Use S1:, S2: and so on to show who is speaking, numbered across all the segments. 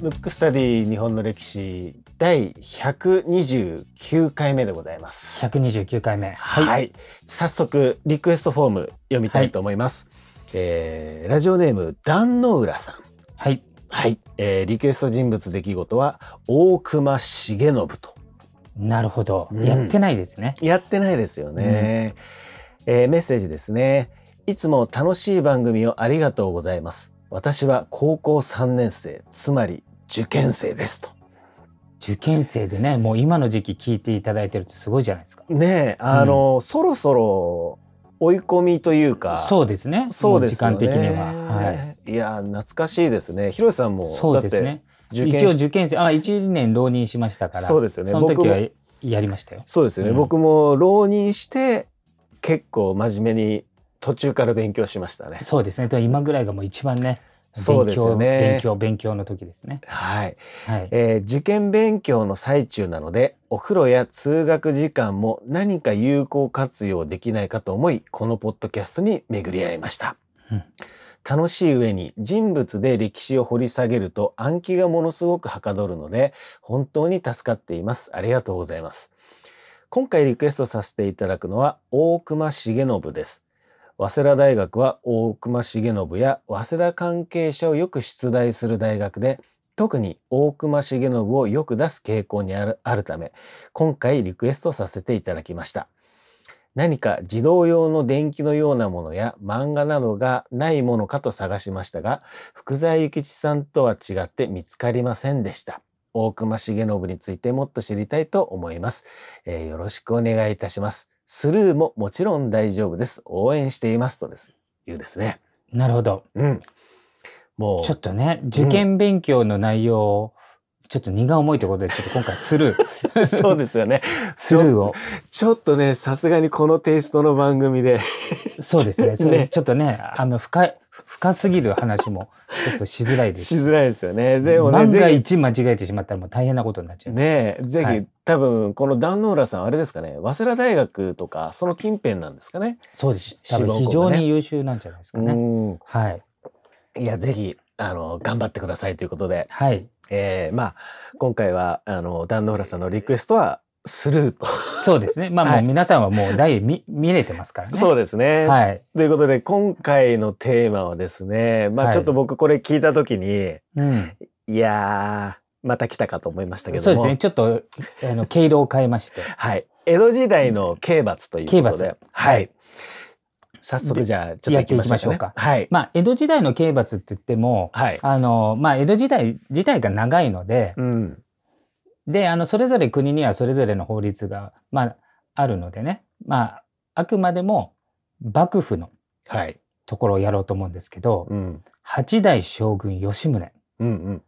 S1: ムックスタディ日本の歴史第129回目でございます。
S2: 129回目。
S1: はい、早速リクエストフォーム読みたいと思います。えーラジオネーム壇ノ浦さん。
S2: はい。
S1: はい、えーリクエスト人物出来事は大隈重信と
S2: なるほど。
S1: うん
S2: やってないですね。
S1: やってないですよね、えーメッセージですねいつも楽しい番組をありがとうございます私は高校3年生つまり受験生ですと
S2: 受験生でね、もう今の時期聞いていただいてるってすごいじゃないですか。
S1: ねえあの、そろそろ追い込みというか
S2: そうですね。
S1: そうですよね
S2: もう時間的には。はい。
S1: い、や懐かしいですね広瀬さんも
S2: そうですね。
S1: だって受験
S2: 一
S1: し
S2: 応受験生、あ、1年浪人しましたから。
S1: そうですよね
S2: その時
S1: 僕も
S2: はやりましたよ。
S1: そうですよね、
S2: うん
S1: 僕も浪人して結構真面目に途中から勉強しましたね
S2: そうですね。でも今ぐらいがもう一番ね、
S1: そうですよね
S2: 勉強、勉強、勉強の時ですね。
S1: はい、
S2: はい。
S1: えー受験勉強の最中なのでお風呂や通学時間も何か有効活用できないかと思いこのポッドキャストに巡り合いました、
S2: うん
S1: 楽しい上に人物で歴史を掘り下げると暗記がものすごくはかどるので本当に助かっていますありがとうございます今回リクエストさせていただくのは大隈重信です早稲田大学は大隈重信や早稲田関係者をよく出題する大学で特に大隈重信をよく出す傾向にあるあるため今回リクエストさせていただきました何か児童用の電気のようなものや漫画などがないものかと探しましたが福沢諭吉さんとは違って見つかりませんでした大隈重信についてもっと知りたいと思います、えーよろしくお願いいたしますスルーももちろん大丈夫です応援していますとですいうですね
S2: なるほど。
S1: うんもう
S2: ちょっとね、受験勉強の内容を、ちょっと荷が重いということで、ちょっと今回スルー。
S1: そうですよね
S2: スルーを。
S1: ちょっとね、さすがにこのテイストの番組で。
S2: そうで すね。そ
S1: ね
S2: れちょっとね、あの、深い、深すぎる話も、ちょっとしづらいです。
S1: しづらいですよね。でもね、
S2: 万が
S1: ぜ
S2: 一間違えてしまったらもう大変なことになっち
S1: ひ、
S2: ゃう。
S1: ねえ、ぜひ、
S2: はい
S1: 多分、この壇ノ浦さん、あれですかね、早稲田大学とか、その近辺なんですかね。
S2: そうです。
S1: し
S2: 多分
S1: 志
S2: 非
S1: 望校
S2: 常
S1: がね
S2: に優秀なんじゃないですかね。はい。
S1: うん。いや、ぜひ、あの、頑張ってくださいということで、
S2: はい。
S1: えー、まあ、今回は、あの、壇ノ浦さんのリクエストは、スルーと。
S2: そうですね。まあも
S1: は
S2: う
S1: い
S2: 皆さんはもう 題見、見れてますからね。
S1: そうですね。
S2: はい。
S1: ということで、今回のテーマはですね、まあ、
S2: はい
S1: ちょっと僕これ聞いたときに、
S2: うん。
S1: いやー、また来たかと思いましたけども。
S2: そうですね。ちょっと、あの、毛色を変えまして。
S1: はい。江戸時代の刑罰ということで。
S2: 刑罰
S1: は
S2: はいい。
S1: 早速じゃあ、ちょっと行きましょうか,、
S2: やっていきましょうか
S1: はい。
S2: まあ、江戸時代の刑罰って言っても、
S1: はい。
S2: あの、まあ、江戸時代自体が長いので、
S1: うん。
S2: で、あの、それぞれ国にはそれぞれの法律が、まあ、あるのでね、まあ、あくまでも幕府の
S1: はい。
S2: ところをやろうと思うんですけど、
S1: うん。
S2: 八代将軍吉宗
S1: うんうん。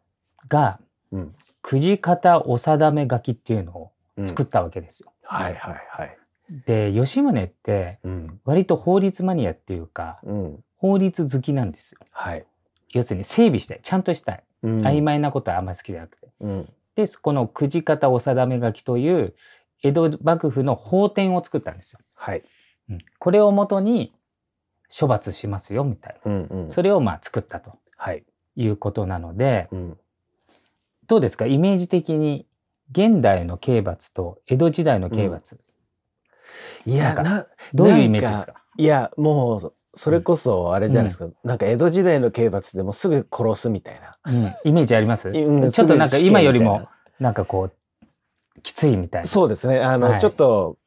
S2: が、
S1: うん
S2: くじ方お定め書きっていうのを
S1: うん。
S2: 作ったわけですよ。
S1: はいはいはい。
S2: で、吉宗って、
S1: うん。
S2: 割と法律マニアっていうか、
S1: うん。
S2: 法律好きなんですよ。
S1: はい。
S2: 要するに整備したい。ちゃんとしたい。
S1: うん
S2: 曖昧なことはあんまり好きじゃなくて。
S1: うん。
S2: で、このくじ方お定め書きという、江戸幕府の法典を作ったんですよ。
S1: はい。
S2: うんこれをもとに処罰しますよみたい
S1: うんうん
S2: な。。それをまあ作ったと
S1: はい。
S2: いうことなので、
S1: うん。
S2: どうですかイメージ的に現代の刑罰と江戸時代の刑罰、
S1: いや、
S2: なんか
S1: な、
S2: どういうイメージですか
S1: いや、もう、それこそ、あれじゃないですか、なんか江戸時代の刑罰でもすぐ殺すみたいな。
S2: うんイメージありま す、
S1: うん
S2: ちょっとなんか今より。
S1: すぐ死刑みたいな
S2: もなんかこう、きついみたいな。
S1: そうですね。あの、
S2: はい
S1: ちょっと、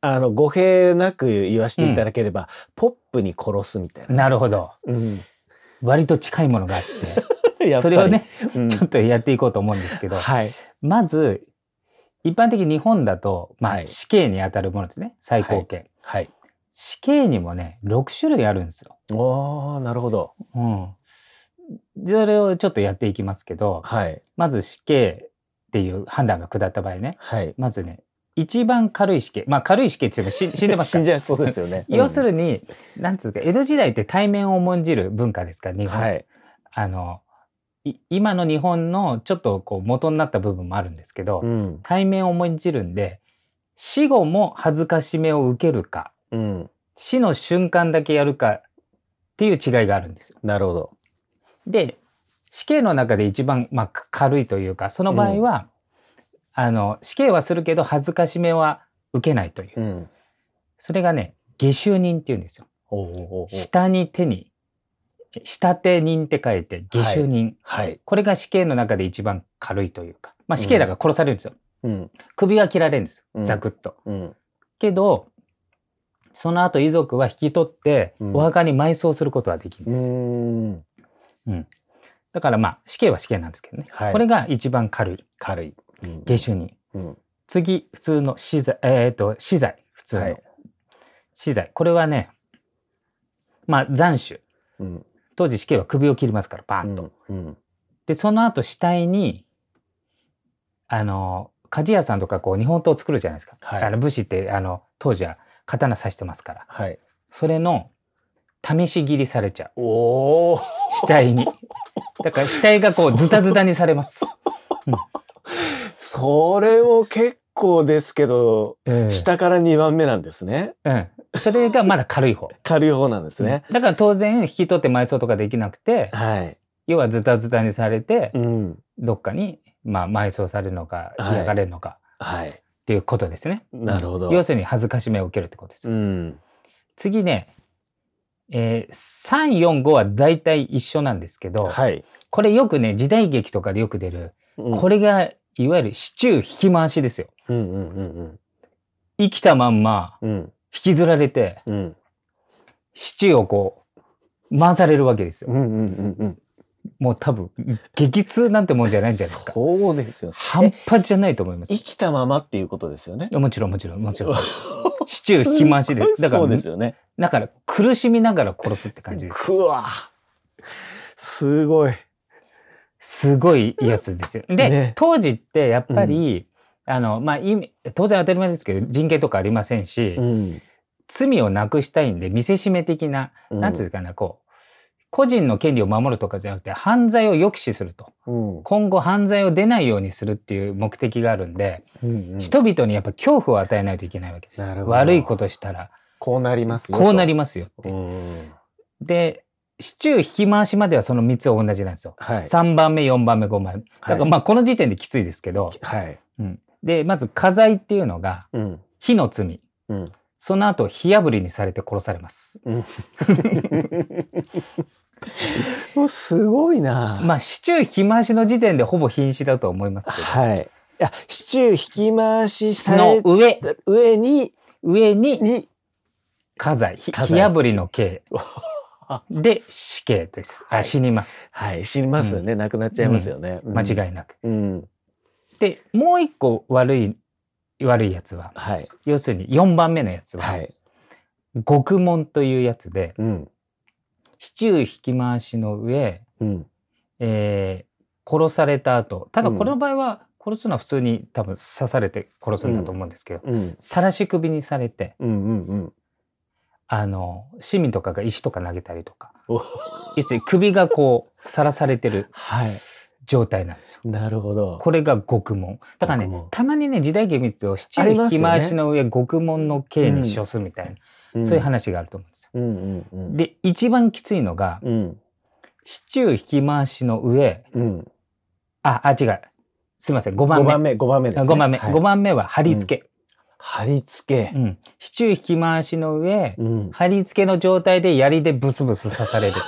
S1: あの、語弊なく言わせていただければ、ポップに殺すみたいな。
S2: なるほど。
S1: うん。
S2: 割と近いものがあっ
S1: や
S2: て、
S1: っぱ
S2: そ
S1: り
S2: れを、ね、
S1: うん
S2: ちょっとやっていこうと思うんですけど、
S1: はい。
S2: まず、一般的に日本だと、ま
S1: は
S2: あ、
S1: い
S2: 死刑に当たるものですね。最高刑。
S1: はい。
S2: 死刑にもね、6種類あるんですよ。
S1: おー、なるほど。
S2: うん。それをちょっとやっていきますけど、
S1: はい。
S2: まず死刑っていう判断が下った場合ね、
S1: はい。
S2: まずね、一番軽い死刑。まあ軽い死刑って言っても死死んでますか
S1: 死ん
S2: ら。。
S1: じゃいそうですよね
S2: 要するに、なんつうか、江戸時代って対面を重んじる文化ですから、
S1: うん
S2: 日本。
S1: はい。
S2: あの、い今の日本のちょっとこう元になった部分もあるんですけど、
S1: うん。
S2: 対面を重んじるんで、死後も恥ずかしめを受けるか、
S1: うん。
S2: 死の瞬間だけやるかっていう違いがあるんですよ。
S1: なるほど。
S2: で、死刑の中で一番、まあ、か軽いというか、その場合は、あの、死刑はするけど、恥ずかしめは受けないという。
S1: うん。
S2: それがね、下手人っていうんですよ。
S1: ほうほうほうほう
S2: 下に手に、下手人って書いて、下手人。
S1: はい。
S2: これが死刑の中で一番軽いというか。まあ死刑だから殺されるんですよ。
S1: うん。
S2: 首は切られるんです
S1: う
S2: よ。
S1: ん
S2: ザクッと。
S1: うん。
S2: けど、その後遺族は引き取って、
S1: うん
S2: お墓に埋葬することはできる
S1: う
S2: んですよ。
S1: ーん。
S2: だからまあ死刑は死刑なんですけどね。
S1: はい。
S2: これが一番軽い。
S1: 軽い。うん
S2: 下手人。
S1: うん。
S2: 次、普通の死罪、えーっと、死罪。普通の、
S1: はい
S2: 死罪。これはね、まあ斬首。
S1: うん。
S2: 当時死刑は首を切りますから、バーンと。
S1: うん。
S2: で、その後死体に、あの、鍛冶屋さんとかこう日本刀を作るじゃないですか。
S1: はい
S2: あの武士ってあの当時は刀刺してますから。
S1: はい。
S2: それの試し切りされちゃう。
S1: おお。
S2: 死体 に。だから死体がこうズタズタにされます。
S1: それも結構ですけど、
S2: ええ
S1: 下から2番目なんですね。
S2: うん。それがまだ軽い方。
S1: 軽い方なんですね。
S2: だから当然引き取って埋葬とかできなくて、
S1: はい。
S2: 要はズタズタにされて
S1: う、ん。
S2: どっかに、まあ、埋葬されるのか、
S1: はい
S2: 嫌がれるのか、
S1: はい。
S2: っていうことですね。
S1: なるほど。
S2: 要するに恥ずかしめを受けるってことですよ。
S1: うん。
S2: 次ね、えー、3、4、5は大体一緒なんですけど、
S1: はい。
S2: これよくね、時代劇とかでよく出る、こ
S1: れ。
S2: れがいわゆるシチュー引き回しですよ。
S1: うんうんうん
S2: 生きたまんま
S1: うん。うん。
S2: 引きずられて、
S1: うん。
S2: シチューをこう、回されるわけです
S1: う
S2: よ。
S1: んうんうんうん。
S2: もう多分、激痛なんてもんじゃないんじゃないですか。
S1: そうですよ。
S2: 半端じゃないと思います。
S1: 生きたままっていうことですよね。
S2: もちろんもちろんもちろん。シチュー引き回しで す
S1: ごい。
S2: だか
S1: そう
S2: ら
S1: です、よね。
S2: だから苦しみながら殺すって感じです。
S1: くわ。すごい。
S2: すごいやつですよ。で、
S1: ね
S2: 当時ってやっぱり、あの、まあ、意味当然当たり前ですけど、人権とかありませんし、
S1: うん。
S2: 罪をなくしたいんで、見せしめ的な、なんていうかな、こう、個人の権利を守るとかじゃなくて、犯罪を抑止すると。
S1: うん。
S2: 今後犯罪を出ないようにするっていう目的があるんで、
S1: うんうん
S2: 人々にやっぱ恐怖を与えないといけないわけです。
S1: なるほど
S2: 悪いことしたら、
S1: こうなりますよ。
S2: こうなり
S1: ま
S2: ますよって。
S1: うん。
S2: で、シチュー引き回しまではその3つは同じなんですよ。
S1: はい。
S2: 3番目、4番目、5番目。だからまあこの時点できついですけど、
S1: はい。
S2: うん、で、まず火災っていうのが、
S1: うん。
S2: 火の罪。
S1: うん。
S2: その後、火炙りにされて殺されます。
S1: もうすごいな。
S2: まあ、シチュー引き回しの時点でほぼ瀕死だと思いますけど。
S1: はい。いや、シチュー引き回しさ
S2: の
S1: れ
S2: 上、
S1: た上に、
S2: 上に
S1: に、
S2: 火災、ひ火
S1: 火災
S2: 炙りの刑 で死刑です。あ、死にます。
S1: はい、死にますよね。なくなっちゃいますよね。
S2: 間
S1: い。
S2: 違いなく。
S1: うん。
S2: で、もう一個悪い、悪いやつは、
S1: はい。
S2: 要するに4番目のやつは、
S1: はい。
S2: 獄門というやつで、
S1: うん。
S2: シチュー引き回しの上、
S1: うん。
S2: えー殺された後、ただ
S1: うん
S2: この場合は殺すのは普通に多分刺されて殺すんだと思うんですけど、
S1: うん。
S2: 晒し首にされて、
S1: うんうんうん。
S2: あの、市民とかが石とか投げたりとか
S1: お、
S2: 要するに首がこう、さらされてる
S1: はい。
S2: 状態なんですよ。
S1: なるほど。
S2: これが獄門。だから
S1: 獄
S2: ね
S1: 門、
S2: たまにね、時代劇見ると、シチュ
S1: あり
S2: ー
S1: ま
S2: 引
S1: すよ
S2: き
S1: ね
S2: 回しの上、獄門の刑に処すみたいな、
S1: ん
S2: そういう。話があると思うんですよ。
S1: うんうんうん。
S2: で、一番きついのが、
S1: うん。
S2: シチュー引き回しの上、
S1: うん。
S2: あ、あ、違う。すいません、5
S1: 5
S2: 番目。
S1: 番目、五番目ですね。
S2: 5番目。
S1: はい
S2: 5番目は貼り付け。
S1: 貼り付け
S2: う。ん。支柱引き回しの上、
S1: うん。
S2: 貼り付けの状態で槍でブスブス刺されるという。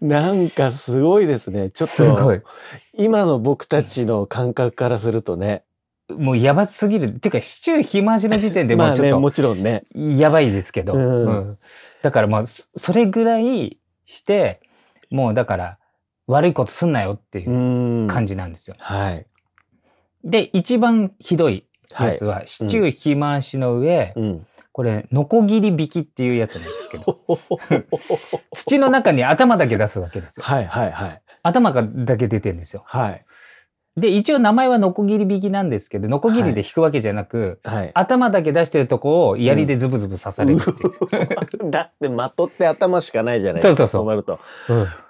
S1: なんかすごいです ね。ちょっ
S2: すご
S1: と、
S2: い。
S1: 今の僕たちの感覚からするとね。
S2: もうやばすぎる。っていうか、支柱引き回しの時点でも
S1: まあ
S2: うち
S1: ね、
S2: ょ
S1: も
S2: っ
S1: ちろんね。
S2: と、やばいですけど。
S1: うん
S2: うんだからまあ、そそれぐらいして、もうだから、悪いことすんなよっていう
S1: うん。
S2: 感じなんですよ。
S1: はい。
S2: で、一番ひどい
S1: は
S2: や
S1: い
S2: つ。は、支柱引き回しの上、
S1: うん。
S2: これ、ノコギリ引きっていうやつなんですけど、 土の中に頭だけ出すわけですよ。
S1: はいはいはい。
S2: 頭がだけ出てるんですよ。
S1: はい。
S2: で、一応名前はノコギリ引きなんですけど、ノコギリで引くわけじゃなく、
S1: はい。
S2: 頭だけ出してるとこを槍でズブズブ刺されるっていう。
S1: だって的って頭しかないじゃないですか。
S2: そうそうそう
S1: なると。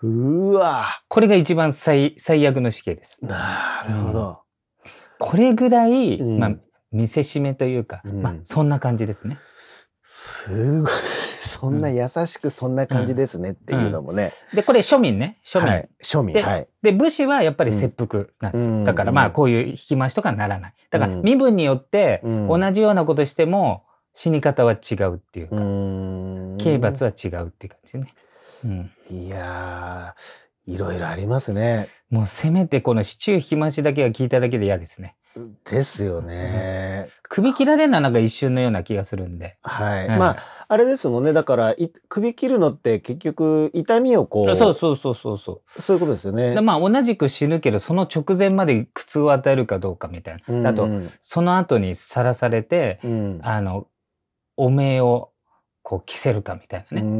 S2: うん
S1: うわ
S2: これが一番最最悪の死刑です。
S1: なるほど。
S2: これぐらい、
S1: うん
S2: まあ、見せしめというか、
S1: うん
S2: まあ、そんな感じですね。
S1: すごい、 そんな優しくそんな感じですねっていうのもね、
S2: で、これ庶民ね、庶民。
S1: はい、庶民
S2: で
S1: はい、
S2: で、武士はやっぱり切腹なんですよ。
S1: うん
S2: だからまあ、こういう引き回しとかならない。だから
S1: うん
S2: 身分によって、
S1: うん
S2: 同じようなことしても死に方は違うっていう
S1: う
S2: か、
S1: ーん
S2: 刑罰は違うっていう感じね。うん。
S1: いやーいろいろありますね
S2: もうせめてこのシチュー引き回しだけは聞いただけで嫌ですね。
S1: ですよね、
S2: 首切られるのはなんか一瞬のような気がするんで。
S1: はい、
S2: うん
S1: まああれですもんねだからい首切るのって結局痛みをこう
S2: そうそうそうそうそう。
S1: そういうことですよね
S2: でまあ同じく死ぬけどその直前まで苦痛を与えるかどうかみたいな。あ
S1: う
S2: と
S1: ん
S2: その後にさらされて
S1: うん
S2: あの汚名をこう着せるかみたいな
S1: う
S2: ね、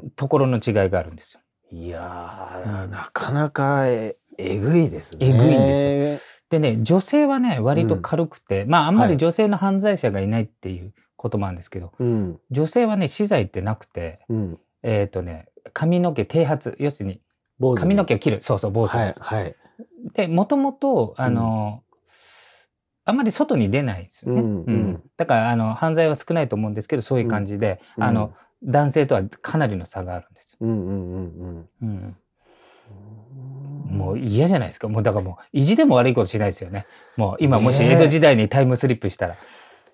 S1: ん
S2: ところの違いがあるんですよ。
S1: いやー
S2: うん
S1: なかなかええぐいですね
S2: えぐいんですでね女性はね割と軽くて、まああんまり女性の犯罪者がいないっていうこともあるんですけど、
S1: うん
S2: 女性はね死罪ってなくて
S1: うん
S2: えっ、とね髪の毛剃髪要するに
S1: 坊主に
S2: 髪の毛を切るそうそう坊主に、
S1: はいはい
S2: でもともとあの、あんまり外に出ないんですよね、
S1: うんうん
S2: だからあの犯罪は少ないと思うんですけどそういう感じで、
S1: うん
S2: あの男性とはかなりの差があるんですよ、
S1: うんうんうん
S2: うん
S1: うん
S2: もう嫌じゃないですかもうだからもう意地でも悪いことしないですよねもう今もし
S1: ねえ
S2: 江戸時代にタイムスリップしたら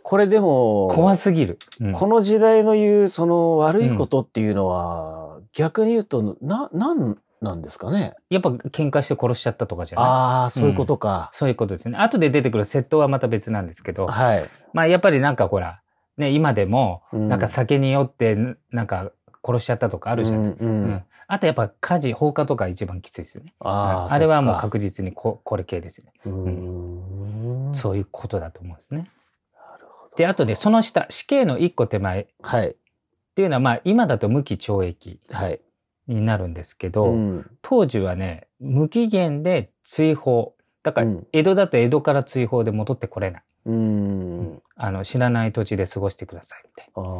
S1: これでも
S2: 怖すぎる、うん
S1: この時代の言うその悪いことっていうのは、逆に言うとななんなんですかね
S2: やっぱ喧嘩して殺しちゃったとかじゃない
S1: ああそういうことか、
S2: そういうことですね後で出てくる窃盗はまた別なんですけど
S1: はい、
S2: まあやっぱりなんかほらね今でも
S1: う
S2: なんか酒に酔ってなんか殺しちゃったとかあ
S1: あ
S2: るじゃな
S1: う
S2: い、
S1: んう
S2: うん
S1: ん
S2: あとやっぱ火事放火とか一番きついですよね
S1: あー
S2: あれはもう
S1: そっか
S2: 確実にここれ系ですよね、
S1: うーん
S2: そういうことだと思うんですね
S1: なるほど
S2: であとでその下死刑の一個手前っ
S1: はい
S2: ていうのはまあ今だと無期懲役
S1: はい、
S2: になるんですけど、
S1: ん
S2: 当時はね無期限で追放だから
S1: うん
S2: 江戸だと江戸から追放で戻ってこれない、
S1: うん
S2: あの知らない土地で過ごしてくださいみたいな
S1: あー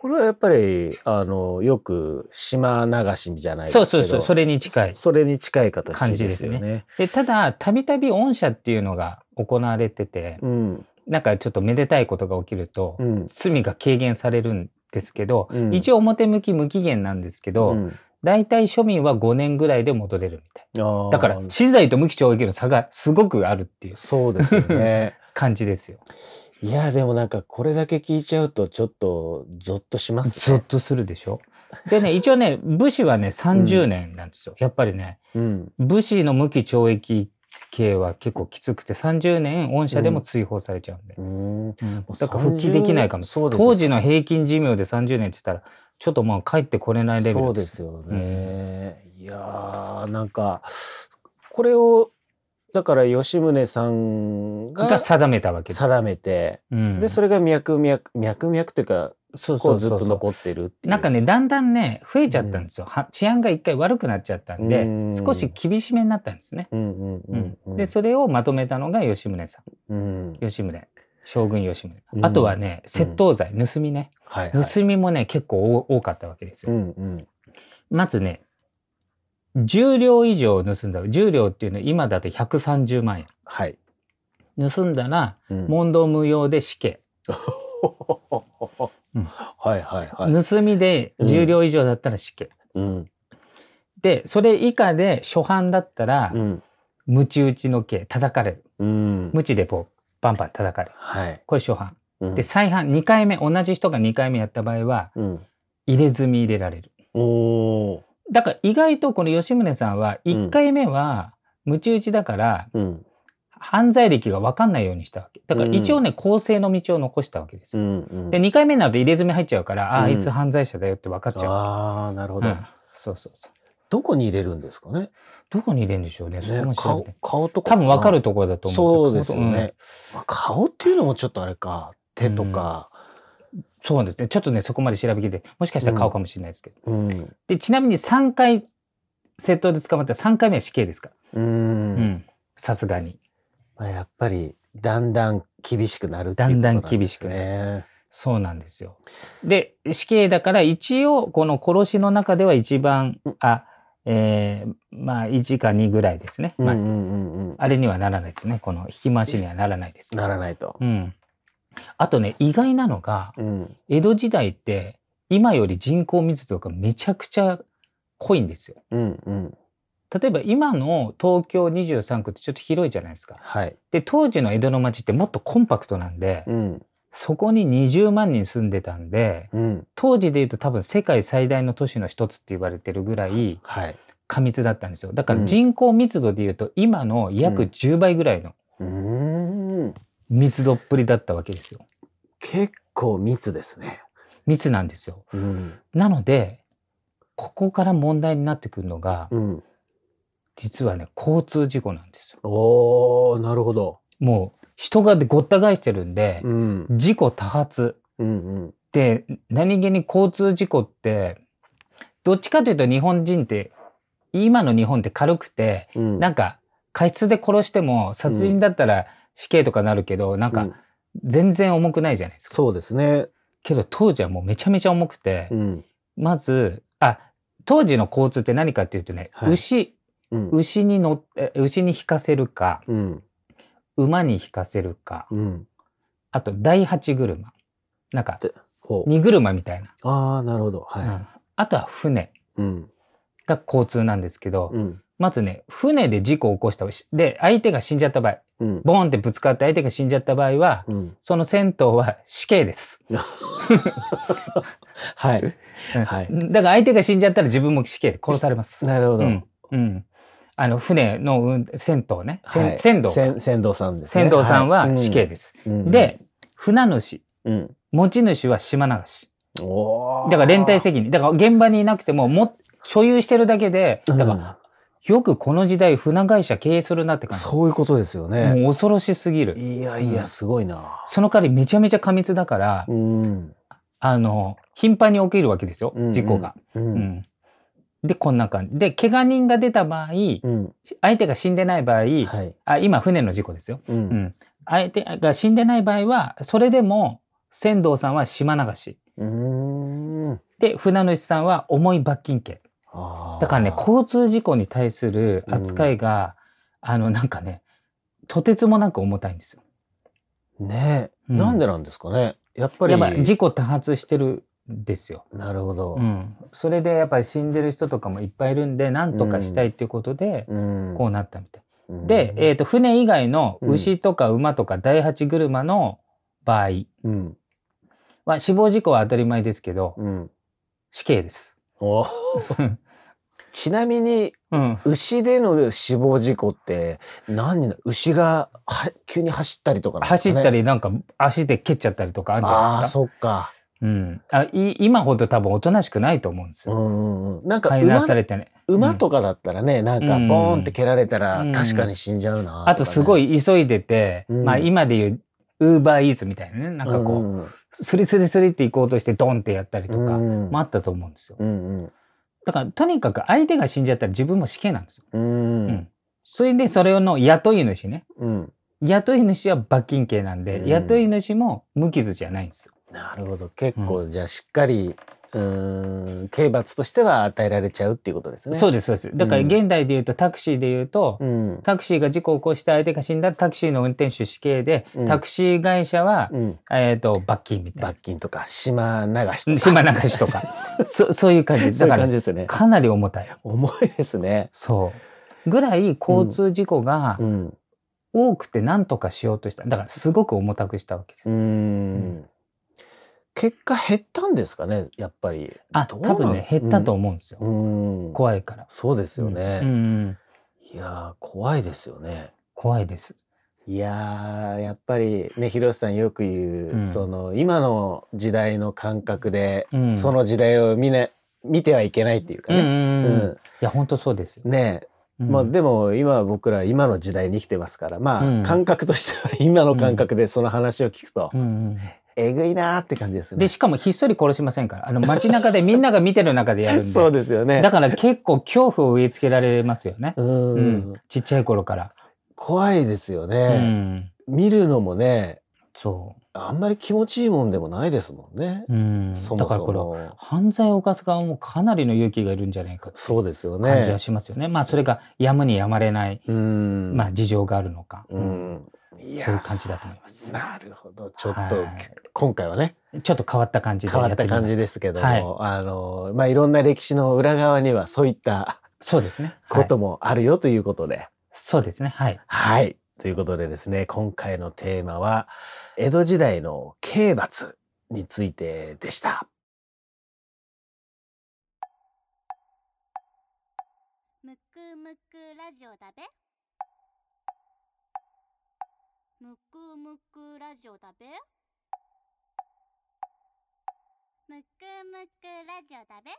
S1: これはやっぱりあのよく島流しじゃないですけ
S2: そ
S1: ど
S2: うそうそうそれに近い
S1: そそれに近い形
S2: 感じ
S1: で
S2: ですす
S1: よ
S2: ね
S1: ね
S2: でただたびたび御社っていうのが行われてて、
S1: うん
S2: なんかちょっとめでたいことが起きると、
S1: うん
S2: 罪が軽減されるんですけど、
S1: うん
S2: 一応表向き無期限なんですけど、
S1: うん
S2: 大体庶民は5年ぐらいで戻れるみたい
S1: あー
S2: だから死罪と無期懲役の差がすごくあるっていう
S1: そうですよ ね
S2: 感じですよ。
S1: いやでもなんかこれだけ聞いちゃうとちょっとゾッとします
S2: ゾッ
S1: ね。
S2: とするでしょでね一応ね武士はね30年なんですよ、やっぱりね
S1: うん、
S2: 武士の無期懲役刑は結構きつくて30年御社でも追放されちゃうんで、
S1: うん
S2: だから復帰できないかも
S1: そうです
S2: 当時の平均寿命で30年って言ったらちょっともう帰ってこれないレベル
S1: そうですよね。いやーなんかこれをだから吉宗さん
S2: が
S1: が
S2: 定めたわけです。
S1: 定めて、
S2: うん
S1: でそれが脈々脈々というか
S2: そう
S1: こ
S2: そうう
S1: ずっ
S2: そう
S1: と残ってるっていう。
S2: なんかねだんだんね増えちゃったんですよ、は治安が一回悪くなっちゃったんで
S1: うん
S2: 少し厳しめになったんですね、
S1: うんうん
S2: う
S1: うんんうん。
S2: でそれをまとめたのが吉宗さん
S1: うん
S2: 吉宗将軍吉宗、
S1: うん
S2: あとはね窃盗罪盗みね、
S1: はいはい。
S2: 盗みもね結構多多かったわけです
S1: う
S2: よ、
S1: んうん
S2: まずね10両以上盗んだ10両っていうのは今だと130万
S1: はい。
S2: 円盗んだら
S1: うん
S2: 問答無用で死刑、うん
S1: はいはいはい。
S2: 盗みで10両以上だったら死刑、
S1: うん
S2: でそれ以下で初犯だったら、
S1: うん
S2: ムチ打ちの刑叩かれる
S1: うん。
S2: ムチでこうバンバン叩かれる
S1: はい。
S2: これ初犯
S1: うん
S2: で再犯2回目同じ人が2回目やった場合は
S1: うん。
S2: 入れ墨入れられる
S1: おお。
S2: だから意外とこの吉宗さんは1回目はムチ打ちだから
S1: うん。
S2: 犯罪歴が分かんないようにしたわけだから一応ね構成の道を残したわけです
S1: う
S2: よ
S1: んうん。
S2: で2回目になると入れ墨入っちゃうからああ
S1: うん
S2: いつ犯罪者だよって分かっちゃう
S1: ああ、なるほ
S2: う
S1: ど、
S2: んそうそうそう
S1: どこに入れるんですかね。
S2: どこに入れるんでしょうねそこ
S1: ね
S2: も調
S1: 顔
S2: べて
S1: 顔とか。
S2: 多分分かるところだと思
S1: そうう
S2: けど
S1: ですよね、、まあ顔っていうのもちょっとあれか。手とか。
S2: うんそうですねちょっとねそこまで調べきれてもしかしたら顔かもしれないですけど、
S1: うん。
S2: で、ちなみに3回、窃盗で捕まった3回目は死刑ですか
S1: うん。
S2: ら。うん。さすがに。
S1: まあ、やっぱり、だんだん厳しくなるっていう
S2: だんだん
S1: ことなんで
S2: 厳し
S1: す
S2: くなる
S1: ね。
S2: そうなんですよ。で、死刑だから一応、この殺しの中では一番、あ、えー、まあ1か2ぐらいですね。
S1: うんう
S2: まあ、
S1: んうんうん。
S2: あれにはならないですね。この引き回しにはならないですけど。
S1: ならないと。
S2: うん。あとね、意外なのが、
S1: うん。
S2: 江戸時代って、今より人口密度がめちゃくちゃ濃いんですよ。
S1: うんうん。
S2: 例えば今の東京23区ってちょっと広いじゃないですか。
S1: はい。
S2: で、当時の江戸の町ってもっとコンパクトなんで、
S1: うん
S2: そこに20万人住んでたんで、
S1: うん。
S2: 当時で言うと多分世界最大の都市の一つって言われてるぐらい
S1: はい。
S2: 過密だったんですよ。だか
S1: う
S2: ら
S1: ん
S2: 人口密度で言うと今の約
S1: うん
S2: 10倍ぐらいの
S1: うーん。
S2: 密度っぷりだったわけですよ。
S1: 結構密ですね。
S2: 密なんですよ。
S1: うん。
S2: なので、ここから問題になってくるのが、
S1: うん。
S2: 実はね、交通事故なんですよ。
S1: おー、なるほど。
S2: もう人がごった返してるんで、
S1: うん。
S2: 事故多発。
S1: うんうん。
S2: で、何気に交通事故って、どっちかというと日本人って、今の日本って軽くて、
S1: うん。
S2: なんか、過失で殺しても、殺人だったら死刑とかなるけど、なん
S1: う
S2: か、全然重くないじゃないですか。
S1: そうですね。
S2: けど、当時はもうめちゃめちゃ重くて、
S1: うん。
S2: まず、あ、当時の交通って何かっていうとね、
S1: はい
S2: 牛、
S1: うん。
S2: 牛に乗って、え牛に引かせるか、
S1: うん。
S2: 馬に引かせるか、
S1: うん。
S2: あと、第八車。なんか、
S1: でほう。
S2: 荷車みたいな。
S1: ああ、なるほど。
S2: う
S1: は
S2: んあとは船
S1: い。うん。
S2: が交通なんですけど、
S1: うん。
S2: まずね、船で事故を起こした場合、で、相手が死んじゃった場合、
S1: うん。
S2: ボーンってぶつかって相手が死んじゃった場合は、
S1: うん。
S2: その銭湯は死刑です。
S1: はい。
S2: うん
S1: はい
S2: だから相手が死んじゃったら自分も死刑で殺されます。
S1: なるほ
S2: う
S1: ど。
S2: ん。うん。あの、船のうん銭湯ね。せん
S1: はい
S2: 船頭。
S1: 船船頭さんですね。
S2: 船頭さんは死刑
S1: で
S2: です。
S1: す。うん、
S2: で、船主、
S1: うん。
S2: 持ち主は島流し。
S1: おー
S2: だから連帯責任。だから現場にいなくても、も、所有してるだけで、だから、よくこの時代船会社経営するなって
S1: うん
S2: 感じ。
S1: そういうことですよね。
S2: もう恐ろしすぎる。
S1: いやいうや、
S2: ん
S1: すごいな。
S2: その代わりめちゃめちゃ過密だから、
S1: うん。
S2: あの、頻繁に起きるわけですよ
S1: うんう、ん
S2: 事故が。
S1: う。
S2: うんんで、こんな感じ。で、怪我人が出た場合、
S1: うん。
S2: 相手が死んでない場合、
S1: はい。
S2: あ、今船の事故ですよ。
S1: う。
S2: うんん。相手が死んでない場合は、それでも、船頭さんは島流し。
S1: うん。
S2: で、船主さんは重い罰金刑。
S1: あー
S2: だからね、交通事故に対する扱いが、あの、なんかね、とてつもなく重たいんですよ。
S1: ねえ
S2: うん
S1: なんでなんですかね。やっぱり
S2: やっ。ぱ事故多発してるんですよ。
S1: なるほど
S2: う。ん、それでやっぱり死んでる人とかもいっぱいいるんでなんとかしたいっていうことで、
S1: うん
S2: こうなったみたい、
S1: うん
S2: で、えー、と船以外の牛とか馬とか第八車の場合
S1: うん。
S2: は死亡事故は当たり前ですけど
S1: うん。
S2: 死刑です、
S1: おちなみに、
S2: うん、
S1: 牛での死亡事故って何にな牛がは急に走ったりとかなんです
S2: 走
S1: かね、
S2: ったりなんか足で蹴っちゃったりとかあるんじゃ
S1: あ
S2: ない
S1: あ
S2: ですか
S1: そっか
S2: う、ん、あい今ほど多分おとなしくないと思うんです
S1: う
S2: よ、
S1: んうんうんなんか
S2: 飼いな
S1: 馬
S2: されてね
S1: 馬とかだったらねなんか
S2: うん
S1: ボーンって蹴られたら
S2: うん
S1: 確かに死んじゃうな
S2: あとすご
S1: い
S2: い急いでて、
S1: うん
S2: まあ今でいうウーバーイーツみたいなね
S1: な
S2: な
S1: ん
S2: かこう、スリスリスリって行こうとしてドンってやったりとか
S1: うん
S2: もあったと思うんですよ。
S1: うんうん
S2: だからとにかく相手が死んじゃったら自分も死刑なんですよ。
S1: うん
S2: うんそれでそれの雇い主ね。
S1: うん
S2: 雇い主は罰金刑なんで、
S1: うん
S2: 雇い主も無傷じゃないんですよ。
S1: なるほど結構じゃあしっかりうん刑罰としては与えられちゃうっていうことですね
S2: そう
S1: う
S2: です、そうです。だから現代で言うとタクシーで言うと、
S1: うん
S2: タクシーが事故を起こして相手が死んだらタクシーの運転手死刑で、
S1: うん
S2: タクシー会社は、
S1: うん
S2: えっ、と、罰金みたいな
S1: 罰。金とか島流しとか
S2: 島流し とか。そそういう感じ。
S1: そ
S2: だ
S1: ういう
S2: か
S1: 感
S2: ら
S1: じ、ですよね
S2: かなり重たい。
S1: 重いですね
S2: そう。ぐらい交通事故が
S1: うん
S2: 多くて何とかしようとした。だからすごく重たくしたわけです。
S1: うーん結果減ったんですかねやっぱり。
S2: あ、
S1: ど
S2: 多
S1: うなの
S2: 分ね、減ったと思うんですよ。
S1: うん、
S2: 怖いから。
S1: そうですよね。
S2: うんうん
S1: いやー怖いですよね。
S2: 怖いです。
S1: いやーやっぱりね広瀬さんよく言う、
S2: うん
S1: その今の時代の感覚で、
S2: うん
S1: その時代を見,、ね、見てはいけないっていうか
S2: うん
S1: ね。
S2: うんうん
S1: うん
S2: いや、本当そうですよ。
S1: ねえ
S2: うん
S1: まあでも今僕ら今の時代に生きてますからまあ、
S2: うん
S1: 感覚としては今の感覚でその話を聞くと、
S2: うん
S1: えぐいなーって感じです
S2: う
S1: よ
S2: んで、
S1: ね。
S2: しかもひっそり殺しませんから。あの、街中でみんなが見てる中でやるん で。
S1: そうですよね。
S2: だから結構恐怖を植え付けられますよね。
S1: うん
S2: うんちっちゃい頃から。
S1: 怖いですよ
S2: う
S1: ね、
S2: ん
S1: 見るのもね
S2: そ
S1: あんまり気持ちいいもんでもないですもんね、
S2: う。うん
S1: そ
S2: だ
S1: も
S2: から
S1: そ
S2: これ、
S1: も
S2: 犯罪を犯す側もかなりの勇気がいるんじゃないかって
S1: そうですよ
S2: 感じ
S1: ね
S2: はしますよね。まあそれがやむにやまれない、
S1: うん
S2: まあ事情があるのか。
S1: うん、いいやー
S2: そういう感じだと思います。
S1: なるほど。ちょっと、
S2: はい
S1: 今回はね、
S2: ちょっと変わった感じで
S1: 変
S2: や
S1: わ
S2: っ
S1: ってた
S2: みま
S1: 感
S2: し
S1: じ
S2: た。
S1: ですけども、
S2: はい
S1: あの、まあ、いろんな歴史の裏側にはそういった
S2: そうですね。はい
S1: こともあるよということで、
S2: そうですね。はい。
S1: はい。ということでですね、今回のテーマは、江戸時代の刑罰についてでした。
S3: むくむくラジオだべむくむくラジオだべむくむくラジオだべ